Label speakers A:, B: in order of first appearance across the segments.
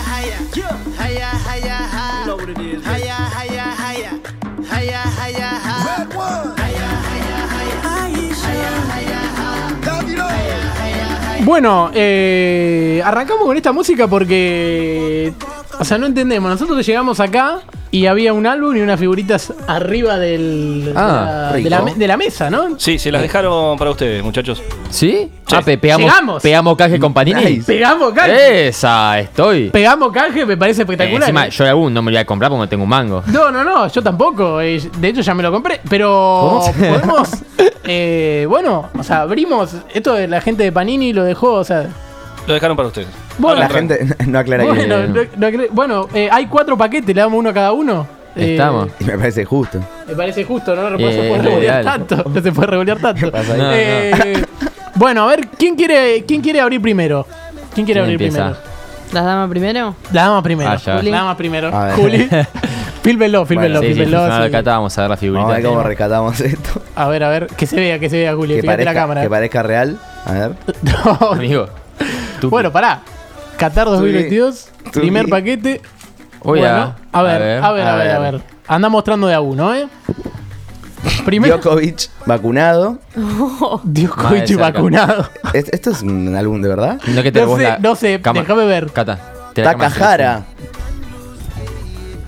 A: Yeah.
B: Hiya, hiya, hi.
A: You know what it is.
B: Hiya, hiya, hiya. Hiya, hiya, hi.
C: Bad one.
B: Hiya, hiya, hiya. Hiya, hiya, hi.
C: Dávilo.
D: Bueno, eh, arrancamos con esta música porque. O sea, no entendemos. Nosotros llegamos acá y había un álbum y unas figuritas arriba del,
E: Ah,
D: de, la, de la
E: rico.
D: me- de la mesa, ¿no?
F: Sí, se las dejaron para ustedes, muchachos.
E: ¿Sí?
F: Sí.
E: Ah, pe- pegamos,
D: Llegamos.
E: pegamos canje con Panini.
C: Nice.
D: Pegamos canje.
E: Esa, estoy.
D: Pegamos canje, me parece
E: Eh,
D: espectacular.
E: encima, yo aún no me lo voy a comprar porque no tengo un mango.
D: No, no, no, yo tampoco. eh, De hecho, ya me lo compré. Pero
E: ¿Cómo?
D: podemos. eh, bueno, o sea, abrimos. Esto de la gente de Panini lo dejó, o sea.
F: Lo dejaron para ustedes.
D: Bueno,
F: Ahora
C: La
F: entran.
C: gente no aclara que-
D: Bueno, no- no cre- bueno, eh, hay cuatro paquetes, le damos uno a cada uno. Eh,
E: Estamos.
C: Y me parece justo.
D: Me parece justo, ¿no? No
E: Eh,
D: se puede
E: es
D: revolear
E: ideal.
D: tanto. No se puede revolear tanto.
C: pasa ahí?
E: No, no.
D: Eh, Bueno, a ver, ¿quién quiere, ¿quién quiere abrir primero? ¿Quién quiere
E: ¿Quién
D: abrir
E: empieza?
D: primero?
G: ¿Las damas primero?
D: La dama primero.
E: Ah, ya.
D: la dama primero.
C: A ver.
D: Juli. Fílmelo, fílmelo,
C: Bueno,
E: Sí, sí, sí,
D: fílmelo,
E: no,
D: sí.
E: acá te vamos a ver la figurita.
C: Vamos a ver cómo rescatamos esto.
D: A ver, a ver, que se vea, que se vea, Juli.
C: Que
D: Fíjate
C: parezca,
D: la cámara.
C: que parezca real. A ver.
D: No,
E: Amigo. Tú-
D: bueno, pará. Qatar 2022,
C: Tuki.
D: primer paquete.
E: Uy,
D: Bueno, a ver, a ver, a ver, a ver. Anda mostrando de a uno, ¿eh? Primero,
C: Djokovic vacunado.
D: Dios
E: Más de
D: Coichi
E: cerca.
D: vacunado.
C: ¿Es- ¿Esto es un álbum de verdad?
E: No, que te
D: No
E: vos
D: sé,
E: la
D: no sé,
E: cámara.
D: déjame ver.
E: Cata. te la cámara
C: Takahara.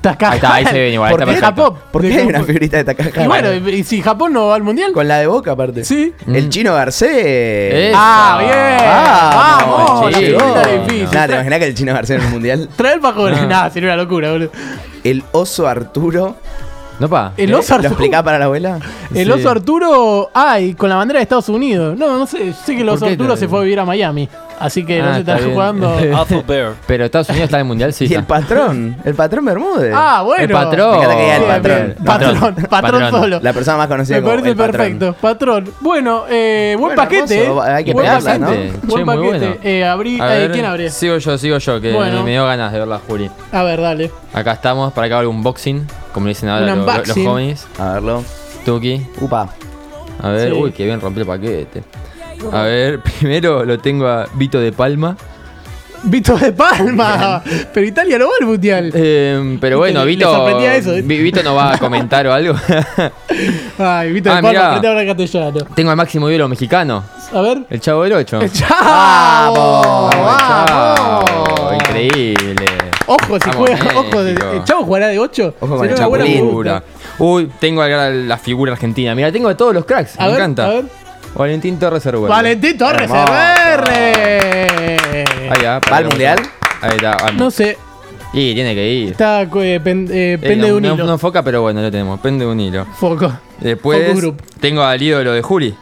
D: Takahara.
E: Ahí está, ahí se ve igual,
D: ¿Por
E: está
D: qué
E: perfecto.
D: Japón?
C: ¿Por
D: De
C: qué hay
D: Japón.
C: una figurita de
D: Y
C: Takahara?
D: bueno, y y si Japón no va al mundial.
C: Con la de boca, aparte.
D: Sí. Mm.
C: El chino Garcés.
E: Eh.
D: Ah,
E: Esa.
D: bien.
C: Vamos,
D: Vamos, la
E: sí.
D: pregunta
E: No,
D: difícil.
C: Nada, ¿te imaginas que el chino Garcés en el mundial?
D: Traer pajones. Nada, sería una locura, boludo. El
C: El oso Arturo.
E: cerca. No, pa.
D: El oso
C: ¿Lo explicás
D: Arturo.
C: para la abuela?
D: El
E: Sí.
D: oso Arturo. Ay, con la bandera de Estados Unidos. No, no sé. Sé que el
E: ¿Por
D: oso
E: qué
D: Arturo
E: trae?
D: se fue a vivir a Miami. Así que no
E: Ah,
D: se está
E: está bien.
D: jugando.
F: Alpha Bear.
E: Pero Estados Unidos está en el mundial, sí.
C: Y el
E: está.
C: patrón. El patrón Bermúdez.
D: Ah, bueno.
E: El patrón.
C: Me encanta que diga el
E: Bien,
C: patrón.
E: bien.
D: Patrón, patrón solo.
C: La persona más conocida
D: Me
C: como
D: parece
C: el patrón.
D: perfecto. Patrón. Bueno, eh, buen
C: Bueno,
D: paquete.
C: hermoso,
D: eh.
C: hay que
D: buen
C: pegarla,
D: paquete.
C: ¿no?
E: Che,
D: Buen
E: muy
D: paquete.
E: bueno.
D: Eh, abrí,
E: A
D: eh,
E: ver,
D: ¿Quién abre?
E: Sigo yo, sigo yo, que
D: Bueno.
E: me dio ganas de verla, Juli.
D: A ver, dale.
E: Acá estamos para acá hago un unboxing, como le dicen ahora
D: Un
E: lo- lo- los,
D: unboxing.
E: jóvenes.
C: A verlo.
E: Tuki.
C: Upa.
E: A ver,
D: Sí.
E: uy, qué bien rompió el paquete. A ver, primero lo tengo a Vito de Palma.
D: Vito de Palma. Pero Italia no va al mundial.
E: Eh, pero bueno,
D: Le- le
E: Vito.
D: sorprendía eso, ¿eh?
E: Vi- Vito no va a comentar o algo.
D: Ay, Vito de
E: Ah,
D: Palma,
E: mirá.
D: aprende a hablar castellano.
E: tengo al máximo ídolo mexicano,
D: A ver.
E: el Chavo del 8.
D: ¡Chavo! ¡Vamos!
E: Increíble.
D: Ojo, si
E: Vamos,
D: juega. Ojo, de-
E: México.
D: el Chavo jugará de 8.
C: Ojo con el Chapulín.
E: Figura. Uy, tengo acá la figura argentina. Mira, tengo de todos los cracks.
D: A
E: me
D: ver,
E: encanta.
D: a ver.
E: Valentín Torres Arguello.
D: Valentín Torres
C: Hermoso.
D: Herberle.
E: Ahí va,
C: ¿Va al mundial?
E: Ahí está. vamos.
D: No sé,
E: Y tiene que ir.
D: está eh, pen- eh,
E: Eh,
D: pende
E: no,
D: de un
E: no-
D: hilo.
E: No enfoca, pero bueno, lo tenemos. Pende de un hilo.
D: Foco.
E: Después
D: Focus group.
E: tengo al ídolo de Juli.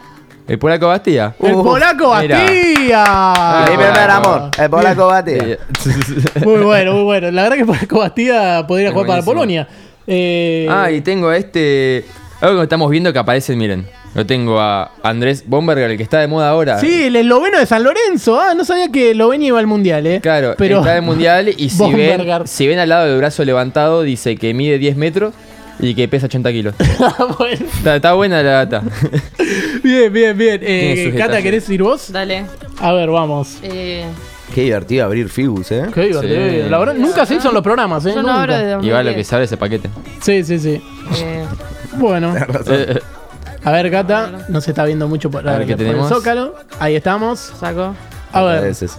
E: El polaco Bastía.
D: El
C: Uh,
D: polaco
E: mira.
D: Bastía. Ah,
C: Mi
E: polaco.
C: primer amor. El polaco bate.
E: Eh,
D: Muy bueno, muy bueno. La verdad que el polaco Bastía podría
E: Es
D: jugar para
E: buenísimo.
D: Polonia. Eh,
E: ah, y tengo a este. Algo que estamos viendo que aparece, miren. Lo tengo a Andrés Bomberger, el que está de moda ahora.
D: Sí, el esloveno de San Lorenzo. Ah, no sabía que Eslovenia iba al mundial, eh.
E: Claro, está de mundial y si ven,
D: Bomberger.
E: si ven al lado del brazo levantado, dice que mide 10 metros y que pesa 80 kilos.
D: Ah, bueno.
E: está, está buena la data.
D: Bien, bien, bien.
E: Tiene
D: Eh,
E: sus
D: Cata,
E: detalles.
D: ¿querés ir vos?
G: Dale.
D: A ver, vamos.
G: Eh,
C: Qué divertido abrir Fibus, ¿eh?
D: Qué divertido.
E: Sí.
D: La verdad, nunca se hizo en los programas, eh.
G: yo no
D: nunca.
G: hablo de
E: y va lo que
G: 2010.
E: se abre ese paquete.
D: Sí, sí, sí.
G: Eh,
D: Bueno.
E: Eh, eh,
D: A ver, Cata, no se está viendo mucho por,
E: A ver, ¿qué
D: por el
E: tenemos?
D: zócalo. Ahí estamos.
G: saco.
D: A ver.
C: Es eso.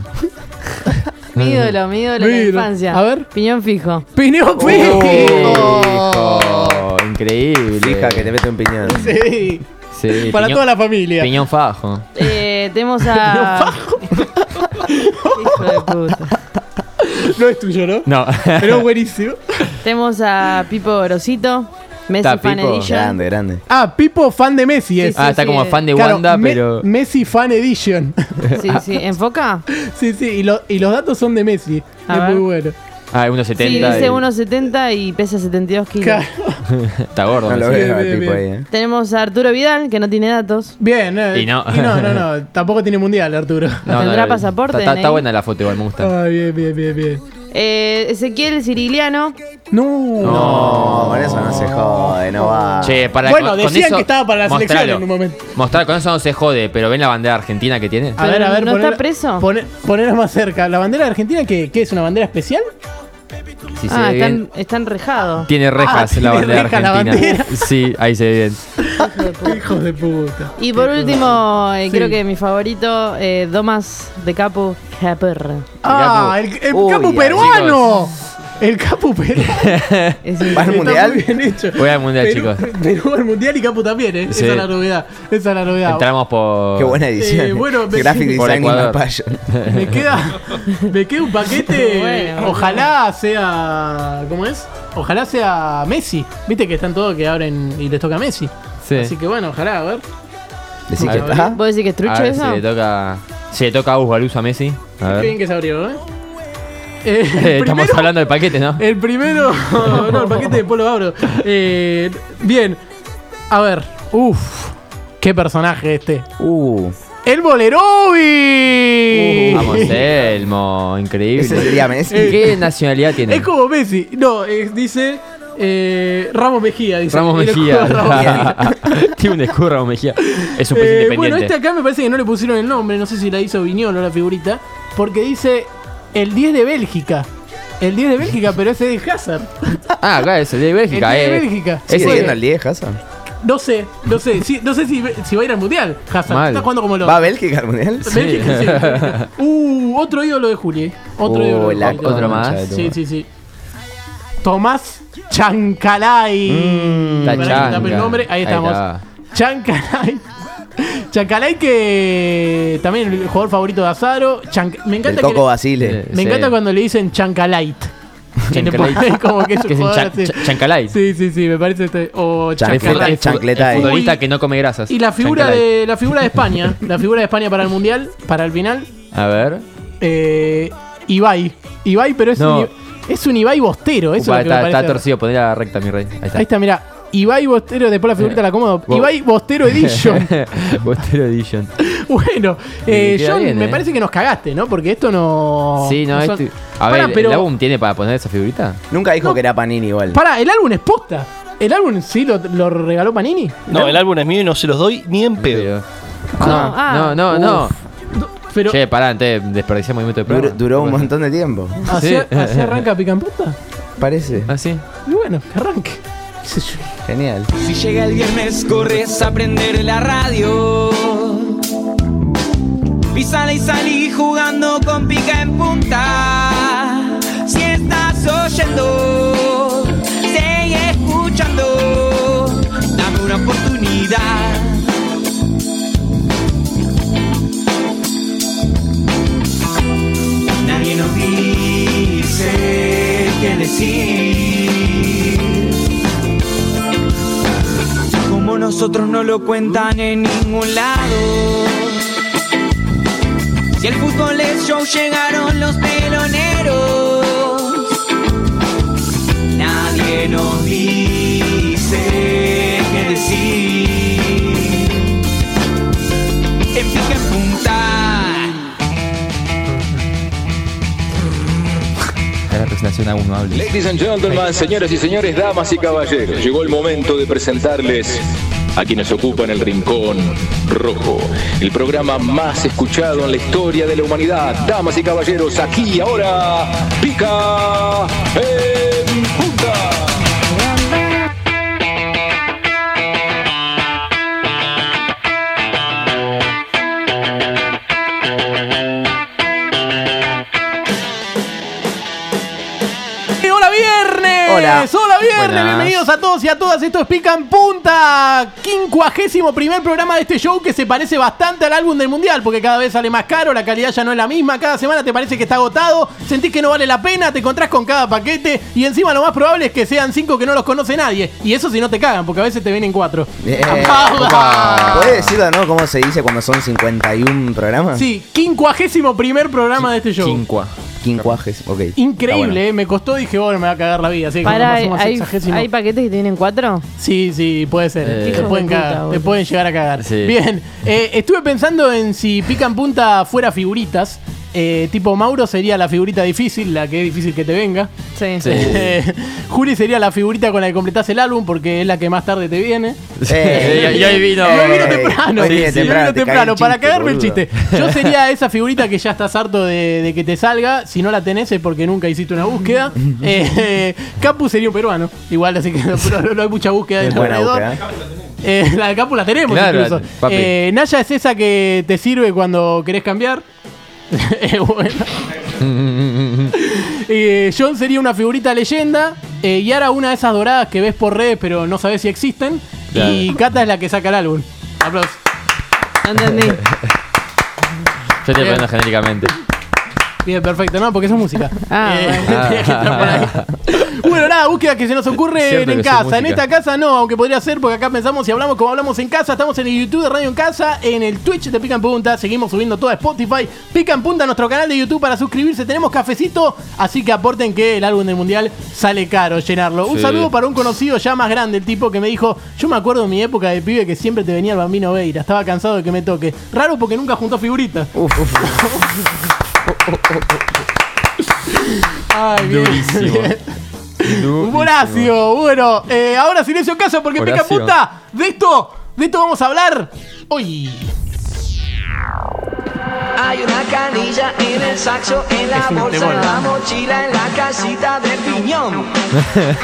G: Mi ídolo, mi ídolo de
D: Mira.
G: la infancia.
D: A ver.
G: Piñón fijo.
D: Pineo
E: Oh.
D: Fijo.
E: eh, hijo, increíble.
C: Fija que te mete un piñón.
D: Sí.
E: Sí,
D: Para
E: piñón-
D: toda la familia.
E: Piñón fajo.
G: Eh, tenemos a. Hijo de puta.
D: No es tuyo, ¿no?
E: No.
D: Pero es buenísimo.
G: Tenemos a Pipo Grosito. Messi
E: Está
G: Fan
E: Pipo.
G: Edition.
C: Grande, grande.
D: Ah, Pipo fan de Messi es.
G: Sí, eh,
E: ah, está como fan de
D: Claro,
E: Wanda,
D: Me-
E: pero.
D: Messi Fan Edition.
G: Sí, sí. ¿Enfoca?
D: sí, sí, y, lo- y los datos son de Messi.
G: A
D: es
G: ver.
D: muy bueno.
E: Ah, 1.70.
G: Sí, dice
E: y-
G: 1,70 y pesa 72 kilos.
D: Claro.
E: Está gordo.
C: No lo
E: sí.
D: bien,
C: veo al
D: bien,
C: tipo ahí,
D: bien.
C: ¿eh?
G: Tenemos a Arturo Vidal, que no tiene datos.
D: Bien, eh,
E: Y no.
D: no, no, no. Tampoco tiene mundial, Arturo.
G: ¿Tendrá pasaporte,
E: Está, está- está
G: DNI?
E: buena la foto, igual me gusta.
D: Ah, bien, bien, bien, bien.
G: Eh, Ezequiel Ciriliano.
D: No.
C: No, con eso no se jode, no va.
E: Che, para
D: Ah. Bueno,
E: con- con
D: decían
E: eso-
D: que estaba para la selección
E: mostralo.
D: en un momento. Ah,
E: Mostrar, con eso no se jode, pero ven la bandera argentina que tiene.
D: A ver, a ver.
G: ¿No está
D: ponela-
G: preso?
D: pone- ponela más cerca. ¿La bandera de Argentina qué, qué es? ¿Una bandera especial?
E: Si se
G: ah,
E: ve bien.
G: están, están rejados.
E: Tiene rejas
D: Ah,
E: la
D: tiene
E: bandera
D: rejas la
E: argentina.
D: bandera.
E: Sí, ahí se ve bien.
G: hijo de puta.
D: Hijos de puta.
G: Y por último, eh,
D: Sí.
G: creo que mi favorito, eh, Domas de Capo Capper.
D: Ah, el, el
C: Uy,
D: capu
C: ay,
D: peruano. El capu peruano.
G: Es
C: ¿Para el
G: increíble.
C: mundial?
D: Está muy bien hecho.
E: Voy al mundial,
D: Perú-
E: chicos.
D: Perú al mundial y capu también, ¿eh?
E: Sí.
D: Esa es la novedad. Esa es la novedad.
E: Entramos por.
C: Qué buena edición.
D: Eh, bueno, me-
C: Graphic
E: Por
C: Design
E: Ecuador.
C: in Passion.
D: Me queda, me queda un paquete.
G: Bueno.
D: ojalá sea. ¿Cómo es? Ojalá sea Messi. Viste que están todos que abren y les toca a Messi.
E: Sí.
D: Así que bueno, ojalá, a ver.
C: Decís
E: A
C: que
E: ver.
C: está.
G: ¿Vos decís que es
E: A
G: trucho
E: ver,
G: eso?
E: si le toca. Si le toca a Hugo Luz a Messi. A
D: Qué bien
E: ver.
D: que se abrió, ¿eh? Eh, el
E: Eh, Estamos
D: primero- Eh,
E: hablando del paquete, ¿no?
D: El primero. no, el paquete de Polo abro. Eh, bien. A ver. Uf. Qué personaje este.
C: Uh,
D: ¡El Bolerovi!
E: Uh, Vamos, eh. Elmo,
C: ese
E: increíble.
C: sería Messi.
E: ¿Qué nacionalidad tiene?
D: Es como Messi. No, es- dice eh, Ramos Mejía. Dice,
E: Ramos
D: El escudo de Ramos Mejía.
E: Mejía. Tiene un escudo Ramos Mejía. Es
D: Eh,
E: un país pues independiente.
D: bueno, este acá me parece que no le pusieron el nombre. No sé si la hizo Viñolo la figurita. Porque dice el 10 de Bélgica. El 10 de Bélgica, pero ese es de Hazard.
E: Ah, claro, es el de
D: El 10
E: Bélgica.
D: Este de
E: eh.
D: Bélgica.
E: Ese-
C: ¿Sigue siendo el 10, Hazard?
D: No sé, no sé. sí, no sé si, si va a ir al mundial. Hazard.
E: Mal.
D: Está jugando como loco.
C: ¿Va a Bélgica al mundial?
E: Sí.
D: Bélgica, sí. Uh, otro ídolo de Juli. Otro
C: Uh,
D: ídolo de
C: la
D: Juli.
E: Otro
C: concha
E: más.
C: de tu
D: Sí,
C: madre.
D: sí, sí. Tomás Chancalay.
C: Mm.
E: Está
D: Pará que
E: changa.
D: tape el nombre. Ahí estamos.
E: está.
D: Chancalay. Chancalay que también el jugador favorito de Azaro. Chanc- me
C: El
D: encanta que
C: Coco
D: le-
C: Basile.
E: Sí.
D: me encanta cuando le dicen Chancalite. Que le
E: Chancalay.
D: ponen como que es un
E: Que es un
D: jugador
E: chan-
D: así.
E: chan- chancalay.
D: Sí, sí, sí, me parece este- o
C: Chan-
E: Es fut-
D: Chancalay.
E: es fut-
C: Chancletay.
E: es futbolista
D: Uy.
E: que no come grasas.
D: Y la figura
E: Chancalay.
D: de la figura de España, la figura de España para el mundial, para el final,
E: A ver.
D: eh, Ibai. Ibai, pero es,
E: No.
D: un, I- es un Ibai bostero, eso
E: Upa,
D: es lo que me
E: está, está
D: parece.
E: torcido, poné la recta, mi rey. Ahí está.
D: Ahí está, mira. Ibai Bostero, después la
E: Eh,
D: figurita la acomodo.
E: Bo-
D: Ibai Bostero Edition.
E: Bostero Edition.
D: bueno, eh,
E: queda
D: John,
E: bien,
D: me
E: eh.
D: parece que nos cagaste, ¿no? Porque esto no.
E: Sí, no,
D: son-
E: este. A
D: Pará,
E: ver,
D: pero.
E: ¿el álbum tiene para poner esa figurita?
C: Nunca dijo
D: No.
C: que era Panini igual.
D: Pará, el álbum es posta. ¿El álbum sí lo, lo regaló Panini?
F: No, el álbum es mío y no se los doy ni en pedo.
E: No,
G: Ah.
E: no, no, no.
D: Pero.
E: Che, pará, antes desperdiciamos un minuto de
C: Duró,
E: programa.
C: duró un montón de tiempo.
D: ¿Así,
E: sí.
D: así arranca Pican Posta?
C: Parece.
E: Ah, sí.
D: Y bueno, que arranque. Qué sé yo.
C: Genial.
A: Si llega el viernes, corres a prender la radio. Y sale y salí jugando con pica en punta. Si estás oyendo, sigue escuchando. Dame una oportunidad. Nadie nos dice qué decir. Como nosotros no lo cuentan en ningún lado. Si el fútbol es show, llegaron los peloneros. Nadie nos dice qué decir. En pica en punta.
E: Acá la presentación aún no hable.
H: Ladies and gentlemen, señoras y señores, damas y caballeros, llegó el momento de presentarles a quienes ocupan el rincón rojo, el programa más escuchado en la historia de la humanidad. Damas y caballeros, aquí y ahora, pica en punta.
D: Eh, ¡Hola viernes!
C: Hola.
D: viernes!
E: Buenas.
D: Bienvenidos a todos y a todas. Esto es Pica en Punta. Quincuagésimo primer programa de este show que se parece bastante al álbum del mundial porque cada vez sale más caro, la calidad ya no es la misma. Cada semana te parece que está agotado, sentís que no vale la pena, te encontrás con cada paquete y encima lo más probable es que sean cinco que no los conoce nadie. Y eso si no te cagan porque a veces te vienen cuatro.
C: Bien.
D: ¡Aplauda!
C: ¿Puedes decir de nuevo cómo se dice cuando son 51 programas?
D: Sí, quincuagésimo primer programa de este show.
E: Quincua.
C: Quincuajes, ok. Está
D: Increíble,
C: bueno.
D: eh, me costó, dije, bueno, me va a cagar la vida. Así que
G: Pará,
D: cuando pasemos a
G: ¿hay,
D: sexagésimo-
G: hay paquetes que tienen cuatro?
D: Sí, sí, puede ser.
E: Eh,
D: te,
G: Hijos
D: pueden
G: de puta,
D: cagar, te
G: boludo.
D: pueden llegar a cagar.
E: Sí.
D: Bien, eh, estuve pensando en si Pican Punta fuera figuritas. Eh, tipo Mauro sería la figurita difícil, la que es difícil que te venga.
G: Sí.
E: Sí.
D: Eh, Juli sería la figurita con la que completás el álbum porque es la que más tarde te viene.
E: Eh, y ahí vino.
D: Yo vino
E: Eh,
D: temprano,
C: hoy viene
D: sí, sí,
C: temprano,
D: vino
C: te cae el
D: temprano, para
C: chiste,
D: cagarme el
C: boludo.
D: chiste. Yo sería esa figurita que ya estás harto de, de que te salga. Si no la tenés es porque nunca hiciste una búsqueda. Eh, eh, Capu sería un peruano. Igual, así que no, no- no hay mucha búsqueda en
C: Buena
D: alrededor.
C: búsqueda.
D: Eh, la de Capu la tenemos
E: Claro,
D: incluso.
E: papi.
D: Eh, Naya es esa que te sirve cuando querés cambiar. Eh, bueno. Eh, John sería una figurita leyenda. Eh, Yara una de esas doradas que ves por redes pero no sabes si existen.
E: Claro.
D: Y Cata es la que saca el álbum. Aplausos.
G: No entendí.
E: Yo estoy hablando genéricamente.
D: Bien, perfecto, no, porque eso es música.
G: Ah,
E: bueno.
D: tenía que entrar por ahí. bueno, nada, búsqueda que se nos ocurre
E: Cierto
D: en
E: que sí,
D: casa. En
E: música.
D: esta casa no, aunque podría ser, porque acá pensamos y hablamos como hablamos en casa. Estamos en el YouTube de Radio en Casa, en el Twitch de Pican Punta. Seguimos subiendo todo a Spotify. Pican Punta, nuestro canal de YouTube para suscribirse. Tenemos cafecito, así que aporten que el álbum del mundial sale caro llenarlo. Un
E: Sí.
D: saludo para un conocido ya más grande, el tipo que me dijo: Yo me acuerdo en mi época de pibe que siempre te venía el bambino Veira. Estaba cansado de que me toque. Raro porque nunca juntó figuritas. Ay, bien. bien. Horacio, bueno, eh, ahora silencio en casa porque pica
E: Horacio.
D: puta. De esto, de esto vamos a hablar hoy.
B: Hay una canilla en el saxo, en la bolsa, en la mochila, en la casita del piñón.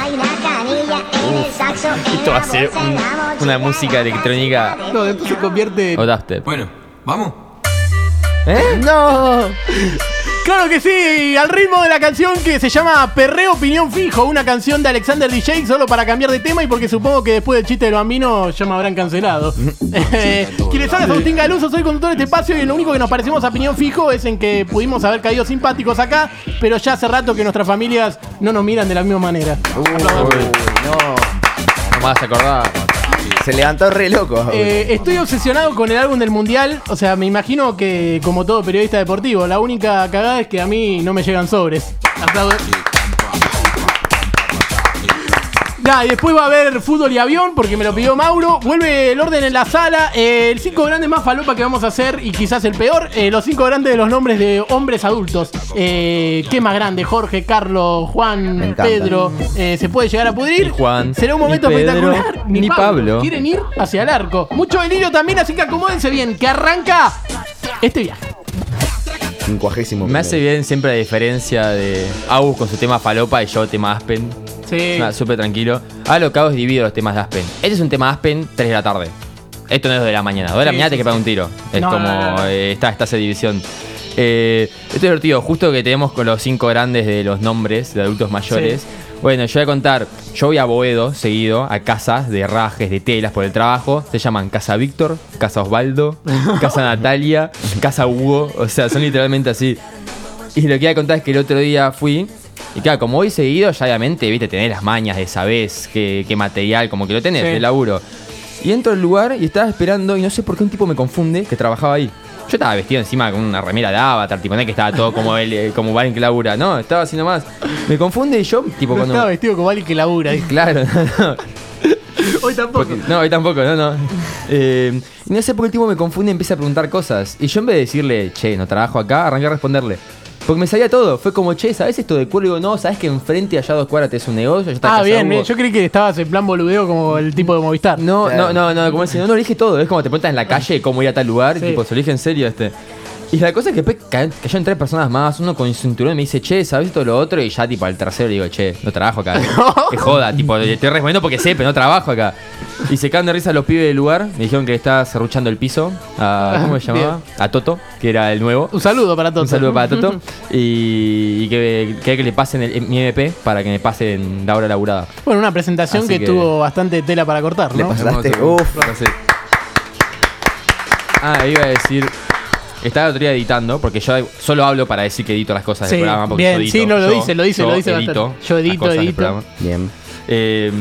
I: Hay una canilla en el saxo.
E: Esto va a ser un- una música electrónica.
D: No, esto se convierte.
E: O dubstep.
A: Bueno, vamos.
E: No.
D: Claro que sí, al ritmo de la canción que se llama Perreo Opinión Fijo, una canción de Alexander DJ solo para cambiar de tema y porque supongo que después del chiste del bambino ya me habrán cancelado. Eh, Quienes hablan Agustín Galuso, soy conductor de este espacio y lo único que nos parecemos a Opinión Fijo es en que pudimos haber caído simpáticos acá, pero ya hace rato que nuestras familias no nos miran de la misma manera.
E: No me vas a acordar.
C: ¿eh? Se levantó re loco.
D: Eh, estoy obsesionado con el álbum del mundial. O sea, me imagino que, como todo periodista deportivo, la única cagada es que a mí no me llegan sobres. Aplaudo. Nah, y después va a haber fútbol y avión porque me lo pidió Mauro. Vuelve el orden en la sala. eh, el cinco grandes más falopa que vamos a hacer y quizás el peor. eh, los cinco grandes de los nombres de hombres adultos. Eh, ¿Qué más grande? Jorge, Carlos,
C: Me
D: Juan,
C: encanta.
D: Pedro. eh, se puede llegar a pudrir.
E: Ni Juan,
D: Será un
E: ni
D: momento
E: Pedro,
D: espectacular.
E: ni Pablo.
D: Quieren ir hacia el arco. Mucho delirio también, así que acomódense bien, que arranca este viaje.
C: Quincuagésimo.
E: Me hace bien siempre la diferencia de Agus con su tema falopa y yo tema Aspen.
D: Sí.
E: Nada, Súper tranquilo. A lo que hago es divido los temas de Aspen. Este es un tema Aspen, 3 de la tarde. Esto no es de la mañana. de la
D: Sí,
E: mañana
D: sí,
E: te que pegar un tiro. Es
D: No,
E: como.
D: no, no, no.
E: eh, está, está esa división. Eh, esto es divertido. Justo que tenemos con los cinco grandes de los nombres de adultos mayores. Bueno, yo voy a contar. Yo voy a Boedo seguido a casas de rajes, de telas por el trabajo. Se llaman Casa Víctor, Casa Osvaldo, Casa Natalia, Casa Hugo. O sea, son literalmente así. Y lo que iba a contar es que el otro día fui. Y claro, como hoy seguido, ya obviamente, viste, tenés las mañas de sabés qué, qué material, como que lo tenés,
D: Sí.
E: el laburo. Y entro al lugar y estaba esperando, y no sé por qué un tipo me confunde que trabajaba ahí. Yo estaba vestido encima con una remera de avatar, tipo, no es que estaba todo como él, eh, como Valen que labura. No, estaba así nomás. Me confunde y yo, tipo,
D: No
E: cuando.
D: estaba vestido como alguien que labura. dije.
E: Claro, no, no.
D: Hoy tampoco.
E: Porque- no, hoy tampoco, no, no. Eh, y no sé por qué el tipo me confunde y empieza a preguntar cosas. Y yo en vez de decirle, che, no trabajo acá, arranqué a responderle. Porque me sabía todo. Fue como, che, ¿sabes esto de cuero? Y digo, no, ¿sabes que enfrente allá a dos cuadras es un negocio? Allá está
D: Ah,
E: Casa
D: bien,
E: Hugo".
D: eh, yo creí que estabas en plan boludeo como el tipo de Movistar.
E: No,
C: Claro.
E: no, no, no, como si no, no, le dije todo. Es como te preguntas en la calle cómo ir a tal lugar.
D: Sí.
E: Tipo, se lo dije en serio este. Y la cosa es que después ca- cayeron tres personas más, uno con cinturón me dice, che, ¿sabes esto lo otro? Y ya tipo al tercero le digo, che, no trabajo acá. que joda, tipo, te estoy respondiendo porque sé, pero no trabajo acá. Y se caen de risa los pibes del lugar, me dijeron que le estaba cerruchando el piso a. ¿Cómo se llamaba? A Toto, que era el nuevo.
D: Un saludo para todos.
E: Un saludo para Toto. Y, y que, que que le pasen el, mi MP para que me pasen la hora laburada.
D: Bueno, una presentación
E: Así
D: que,
E: que-
D: tuvo bastante tela para cortar,
C: Le
D: ¿no?
C: pasó- Pasaste,
E: Hermoso.
C: uf.
E: Pasé. Ah, iba a decir. Estaba el otro día editando, porque yo solo hablo para decir que edito las cosas
D: Sí,
E: del programa. Porque
D: bien,
E: yo edito,
D: sí, no, lo
E: yo-
D: dice, lo dice,
E: yo
D: lo dice bastante. Yo
E: las
D: edito,
E: cosas del
D: edito.
E: programa.
C: Bien.
E: Eh,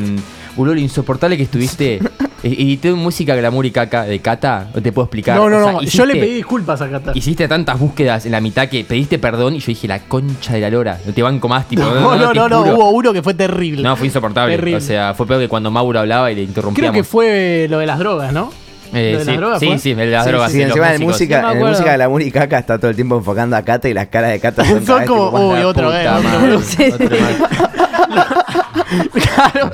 E: Ulo, lo insoportable que estuviste. e- Edité música glamour y caca de Cata, no te puedo explicar.
D: No, no,
E: O sea,
D: no. yo
E: hiciste-
D: le pedí disculpas a Cata.
E: Hiciste tantas búsquedas en la mitad que pediste perdón y yo dije, la concha de la lora, no te banco más, tipo.
D: No, no, no,
E: te
D: no,
E: juro.
D: hubo uno que fue terrible.
E: No, fue insoportable.
D: Terrible.
E: O sea, fue peor que cuando Mauro hablaba y le interrumpíamos.
D: Creo que fue lo de las drogas, ¿no?
E: Eh,
D: ¿Lo de
E: sí,
D: las drogas
E: sí,
D: fue?
E: sí, el de las
C: Sí,
E: drogas.
C: sí,
E: de los
C: encima en
E: músicos.
C: música,
G: No me
C: en
G: acuerdo.
C: música de la Muni Caca está todo el tiempo enfocando a Cata y las caras de Cata son,
D: Son como,
C: cada vez
D: uy,
E: La
D: otra
E: puta
D: vez. otra
E: madre,
D: vez.
G: Sí.
E: otra vez.
D: Claro.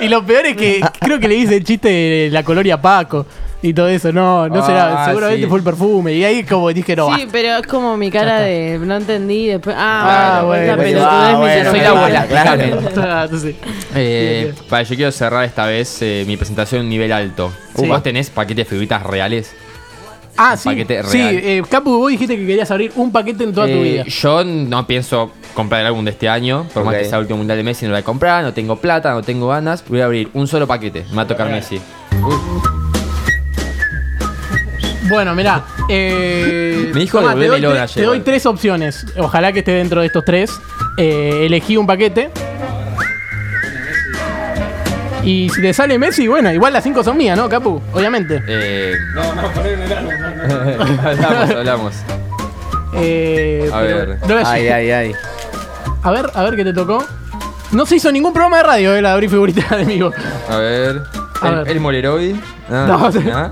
D: Y lo peor es
E: Ah.
D: que creo que le hice el chiste de la colonia Paco y todo eso. No, no será.
E: Ah,
D: Seguramente
E: sí.
D: fue el perfume. Y ahí como dije, no.
G: Sí, pero es como mi cara de no entendí después. Ah,
D: Ah,
G: bueno,
D: bueno,
G: esta
C: ah,
G: pelotudez me
C: bueno,
G: hicieron
E: Soy la
G: mal.
E: abuela,
C: Claro.
E: déjame.
D: basta. Ah, entonces,
E: Eh, para, yo quiero cerrar esta vez eh, mi presentación en un nivel alto.
D: Sí.
E: ¿Vos tenés paquete de figuritas reales?
D: Ah,
E: Un
D: sí.
E: paquete
D: Sí,
E: real.
D: eh, Capu, vos dijiste que querías abrir un paquete en toda tu
E: Eh,
D: vida.
E: Yo no pienso comprar el álbum de este año, por más
C: Ok.
E: que sea el último mundial de Messi, no lo voy a comprar, no tengo plata, no tengo ganas. Voy a abrir un solo paquete, me va a tocar Messi.
D: Bueno, mirá. eh,
E: Me dijo
D: tomá,
E: de
D: te, doy,
E: volverme
D: tre-
E: loco
D: te doy
E: ayer.
D: tres opciones. Ojalá que esté dentro de estos tres. Eh, elegí un paquete. Y si te sale Messi, bueno, igual las cinco son mías, ¿no, Capu? Obviamente.
E: Eh, hablamos, hablamos.
D: Eh,
E: A
D: pero-
E: ver.
D: no voy a
C: Ay,
D: decir-
C: ay, ay.
D: A ver, a ver qué te tocó. No se hizo ningún programa de radio, eh, la de abrir figurita de vivo.
E: A ver.
D: A
E: el,
D: ver.
E: el Moleroy.
D: No,
E: Ah,
D: sí.
E: ah,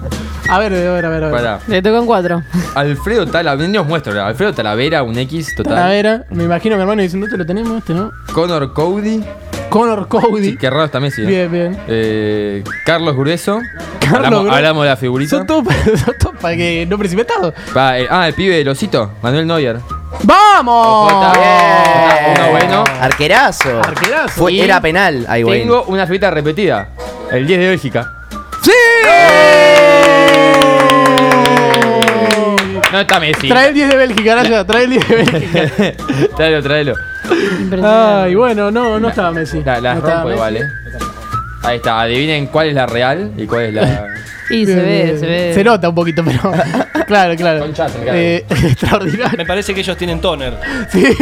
D: A ver, a ver, a ver. A ver.
E: pará.
G: Le tocó en cuatro.
E: Alfredo Talavera, Dios muestro, Alfredo Talavera, un X total.
D: Talavera, eh, me imagino a mi hermano diciendo, te lo tenemos este, ¿no?
E: Connor Cody.
D: Connor Cody.
E: Sí, qué raro está Messi. ¿eh?
D: Bien, bien.
E: Eh, Carlos Grueso.
D: Carlos
E: hablamos,
D: Grueso.
E: hablamos de la figurita.
D: Son todos para, son todos para que no precipitado.
E: Va, eh, ah, el pibe del osito, Manuel Neuer.
D: ¡Vamos!
E: Ojota.
C: Bien.
E: Ah, Uno bueno.
C: Eh, Arquerazo.
D: Arquerazo.
C: Fue-
D: Y-
C: era penal. Ay, güey.
E: Tengo una figurita repetida. El 10 de Bélgica.
D: ¡Sí!
E: No está Messi.
D: Trae el 10 de Bélgica, Araya, trae el 10 de Bélgica.
E: tráelo, tráelo.
G: Impresionante.
D: Ay, bueno, no, no estaba Messi.
E: La, la
D: no estaba
E: rompo
D: Messi.
E: igual, eh. Ahí está, adivinen cuál es la real y cuál es la.
G: Y se
D: Bien,
G: ve,
D: bien.
G: se ve.
D: Se nota un poquito, pero. claro, claro.
E: Conchazo, claro.
D: Eh, extraordinario.
F: Me parece que ellos tienen toner.
D: Sí.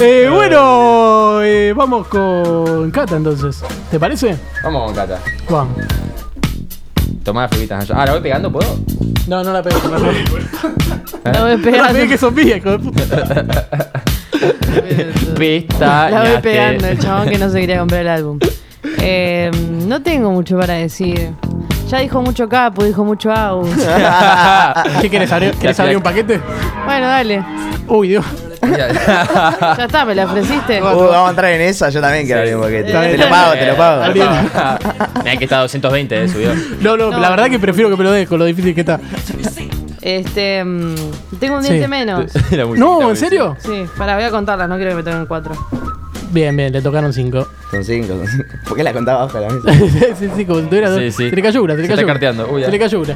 D: Eh, bueno, eh, vamos con Cata entonces. ¿Te parece?
E: Vamos con Cata.
D: Vamos.
E: Tomá las figuritas allá. Ah, ¿la voy pegando? ¿Puedo?
D: No, no la pegué. No la pegué.
G: La voy
D: No la
G: pegando.
D: pegué que son mías, hijo de puta.
E: Pista.
G: La voy pegando, el chabón que no se quería comprar el álbum. Eh, no tengo mucho para decir. Ya dijo mucho Capo, dijo mucho Agus.
D: ¿Qué quieres abrir? ¿Quieres abrir un paquete?
G: Bueno, dale.
D: Uy, Dios.
G: Ya está, me la ofreciste.
C: Uh, vamos a entrar en esa. Yo también quiero abrir un paquete.
D: Está bien.
C: Te lo pago,
E: Ah, Eh,
C: te lo
D: Abrí-
C: pago.
E: Mira que está 220, eh, subió.
D: No, no,
G: No.
D: la verdad que prefiero que me lo des con lo difícil que está.
G: Este. mm, tengo un
D: Sí.
G: diente menos.
E: La musiquita,
D: No,
E: buenísima.
D: ¿en serio?
G: Sí, para, voy a contarlas, no quiero que me toquen cuatro.
D: Bien, bien, le tocaron cinco.
C: Son cinco, son cinco. ¿Por qué la contaba abajo de la mesa?
D: sí, sí, como si tuviera dos.
E: Sí, sí.
D: Se le cayó una, se le
E: Se está
D: cayó una.
E: carteando, uy,
D: se
E: ya.
D: le cayó una.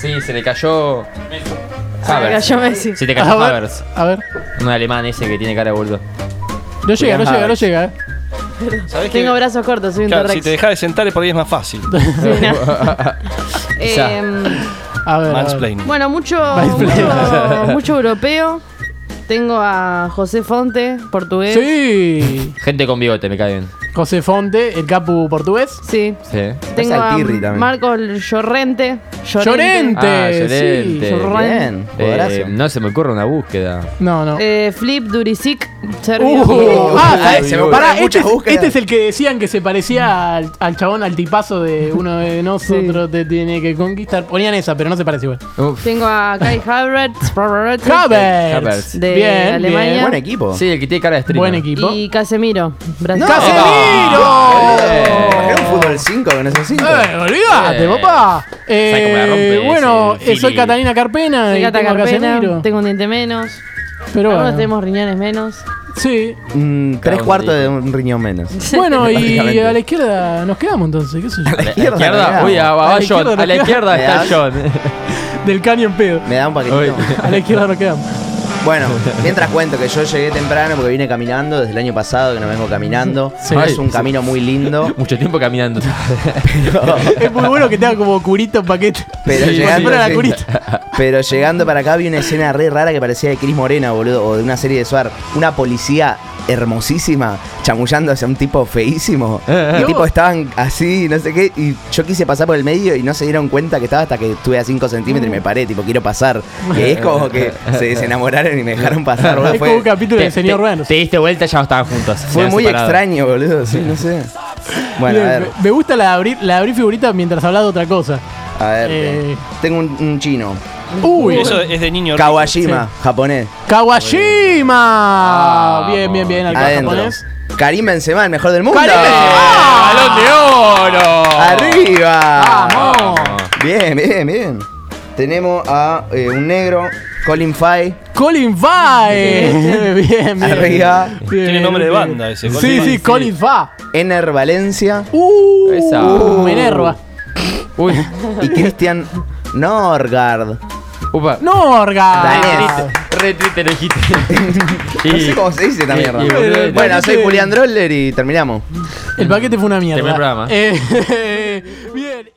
E: Sí, se le cayó.
G: Me
E: Havers.
G: cayó Messi.
E: Se te
D: A
E: cayó
D: ver,
E: Havers.
D: a ver.
E: Un alemán ese que tiene cara de boludo.
D: No llega, no llega,
E: Julián
D: no
E: Havertz.
D: llega. eh.
F: ¿Sabés
G: Tengo
F: que-
G: brazos cortos, soy un
F: Claro, si
G: T-Rex.
F: te dejas de sentar es por ahí es más fácil.
G: Sí, no.
E: Quizá.
G: Em,
D: A ver. a ver.
F: Mansplaining.
G: Bueno, mucho,
D: Mansplaining.
G: mucho, mucho europeo. Tengo a José Fonte, portugués.
D: Sí.
E: Gente con bigote, me cae bien.
D: José Fonte, el capu portugués.
G: Sí.
E: Sí.
G: Tengo
C: al
G: a
C: Pirri también.
G: Marco Llorente.
D: Llorente.
E: Ah,
D: sí.
E: Llorente.
C: Bien.
E: Eh,
C: Jugadorazo.
E: no se me ocurre una búsqueda.
D: No, no.
G: Eh, Flip Durisic. Serbio.
D: Uh,
C: Uy,
D: ah,
C: uy,
D: ¿sabes?
C: se
D: Pará,
C: me ocurren
D: este, es,
C: muchas búsquedas.
D: este es el que decían que se parecía al, al chabón, al tipazo de uno de nosotros te tiene que conquistar. Ponían esa, pero no se parece igual.
E: Uf.
G: Tengo a Kai Havertz.
D: Havertz.
G: De
D: Bien,
G: Alemania.
D: bien.
C: Buen equipo.
E: Sí, el que tiene cara de streamer.
D: Buen equipo.
G: Y Casemiro. Brasil.
E: Ah,
D: ¡Casemiro!
C: Era Oh. un fútbol 5 con esos 5.
D: ¡Eh, olvídate,
E: Eh.
D: papá!
E: ¿Sabes cómo la
D: Eh,
E: rompe
D: bueno,
E: ese
D: eh, soy
E: Fili?
D: Catalina Carpena
G: Soy
D: y
G: Cata
D: tengo a
G: Carpena,
D: Casemiro.
G: Tengo un diente menos.
D: Pero
G: Algunos
D: bueno,
G: tenemos riñones menos.
D: sí.
C: Mm, tres
E: Cada
C: cuartos
E: uno
C: de un riñón menos.
D: Bueno, y
E: Básicamente.
D: a la izquierda nos quedamos entonces, qué sé
E: A la
D: yo.
E: izquierda,
C: izquierda,
E: uy, ah, va,
D: A
E: va
D: la
E: John.
D: izquierda,
E: A la izquierda
C: ¿Me
E: está
C: das?
E: John.
D: Del caño en pedo.
C: Me da un paquetito.
E: Uy.
D: A la izquierda nos quedamos.
C: Bueno, mientras cuento que yo llegué temprano porque vine caminando desde el año pasado que no vengo caminando.
D: Sí.
C: No es
E: Ay,
C: un
E: sí.
C: camino muy lindo.
E: Mucho tiempo caminando.
D: Es muy bueno que tenga como curito en paquete.
C: Pero,
E: Sí,
D: Como si
C: llegando,
D: fuera la
C: sí.
D: curita.
C: pero llegando para acá vi una escena re rara que parecía de Cris Morena, boludo, o de una serie de Suar. Una policía hermosísima chamullando hacia un tipo feísimo. Y
D: No.
C: tipo estaban así, no sé qué. Y yo quise pasar por el medio y no se dieron cuenta que estaba hasta que estuve a 5 centímetros y me paré, tipo, quiero pasar. Que es como que se desenamoraron pasaron y me dejaron pasar. boludo.
D: Es como un
C: Fue,
D: capítulo del señor Rano.
E: te diste vuelta y ya no estaban juntos.
C: fue muy extraño, boludo. Sí, no sé. Bueno, a
D: Bien,
C: ver.
D: me- Me gusta la de abrir, la de abrir figurita mientras hablas de otra cosa.
C: A ver.
D: Eh.
C: Tengo un, un chino.
D: Uy,
F: Eso es de niño. rico.
C: Kawashima, japonés.
E: Ah,
D: Kawashima. Bien, bien, bien. Alcohol
C: Adentro.
D: japonés.
C: Karim Benzema, el mejor del mundo. ¡Ah!
D: ¡Karim Benzema!
E: ¡Balón de oro!
C: ¡Arriba!
D: ¡Vamos!
C: Bien, bien, bien. Tenemos a eh, un negro, Colin Fay.
D: Colin Fa. eh. bien, bien.
C: Arriba.
D: Bien,
F: Tiene nombre de
D: bien.
F: banda ese, Colin
D: Sí,
F: Fa.
D: sí, Colin Fa.
C: Ener Valencia
D: Uh,
E: Esa.
D: Minerva.
E: Uy,
C: y Christian Norgard.
E: upa.
D: No, Ah,
C: Danés.
D: Orga.
E: Re triste lo dijiste.
C: No sé cómo se dice esta
E: y-
C: mierda.
E: y boludo,
C: Bueno, soy
D: parece-
C: Julián Droller y terminamos.
D: El paquete fue una mierda.
E: Tremendo programa.
D: Eh, bien.